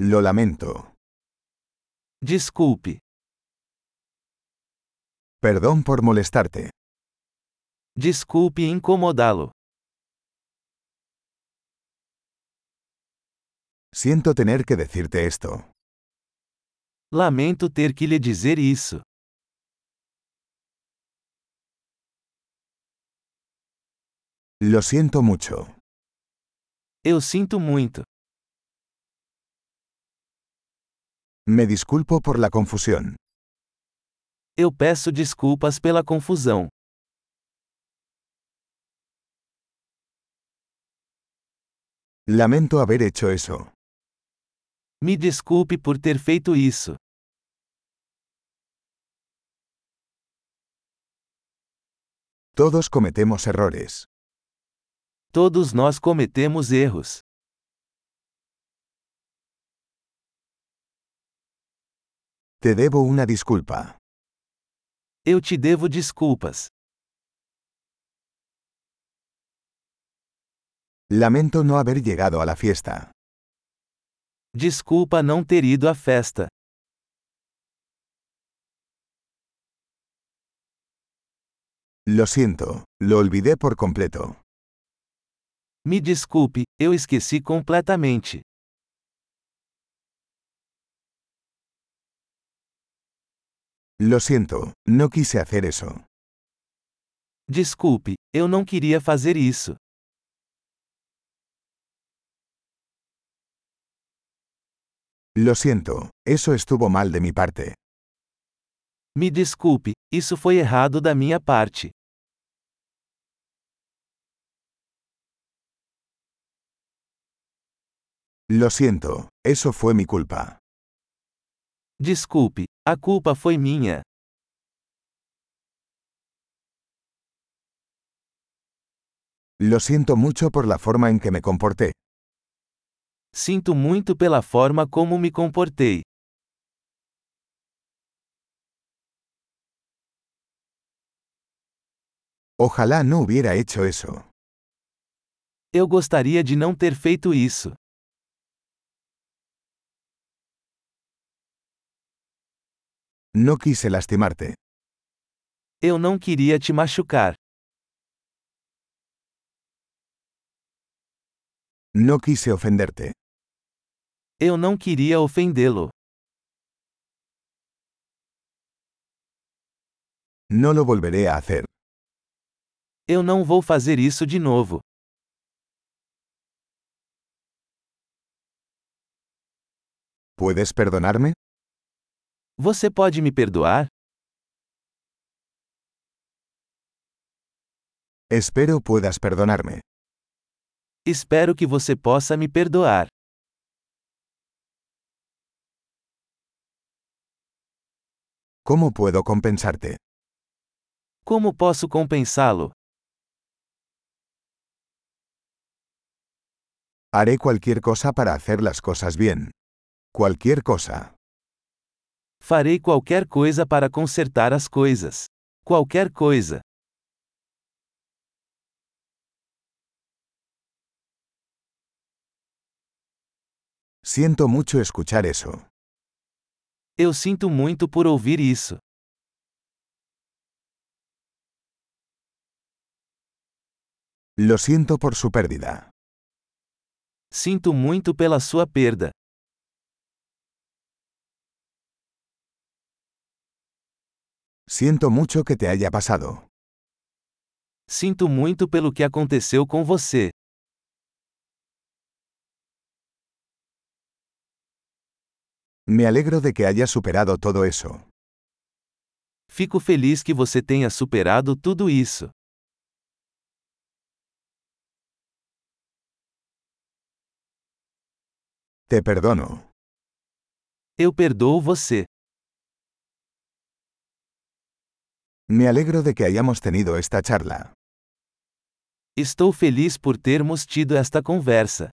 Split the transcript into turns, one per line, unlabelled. Lo lamento.
Desculpe.
Perdón por molestarte.
Desculpe incomodá-lo.
Siento tener que decirte esto.
Lamento ter que lhe dizer isso.
Lo siento mucho.
Eu sinto muito.
Me disculpo por la confusión.
Eu peço desculpas pela confusão.
Lamento haber hecho eso.
Me desculpe por ter feito isso.
Todos cometemos errores.
Todos nós cometemos erros.
Te debo una disculpa.
Eu te devo desculpas.
Lamento no haber llegado a la fiesta.
Desculpa não ter ido à festa.
Lo siento, lo olvidé por completo.
Me desculpe, eu esqueci completamente.
Lo siento, no quise hacer eso.
Desculpe, eu não queria fazer isso.
Lo siento, eso estuvo mal de mi parte.
Me desculpe, isso foi errado da minha parte.
Lo siento, eso fue mi culpa.
Desculpe, a culpa foi minha.
Lo siento mucho por la forma en que me comporté.
Sinto muito pela forma como me comportei.
Ojalá no hubiera hecho eso.
Eu gostaria de não ter feito isso.
No quise lastimarte.
Eu não queria te machucar.
No quise ofenderte.
Eu não queria ofendê-lo.
No lo volveré a hacer.
Eu não vou fazer isso de novo.
¿Puedes perdonarme?
Você pode me perdoar?
Espero puedas perdonarme.
Espero que você possa me perdoar.
¿Cómo puedo compensarte?
Como posso compensá-lo?
Haré cualquier cosa para hacer las cosas bien. Cualquier cosa.
Farei qualquer coisa para consertar as coisas. Qualquer coisa.
Siento mucho escuchar eso.
Eu sinto muito por ouvir isso.
Lo siento por su pérdida.
Sinto muito pela sua perda.
Siento mucho que te haya pasado.
Sinto muito pelo que aconteceu com você.
Me alegro de que hayas superado todo eso.
Fico feliz que você tenha superado tudo isso.
Te perdono.
Eu perdoo você.
Me alegro de que hayamos tenido esta charla.
Estou feliz por termos tido esta conversa.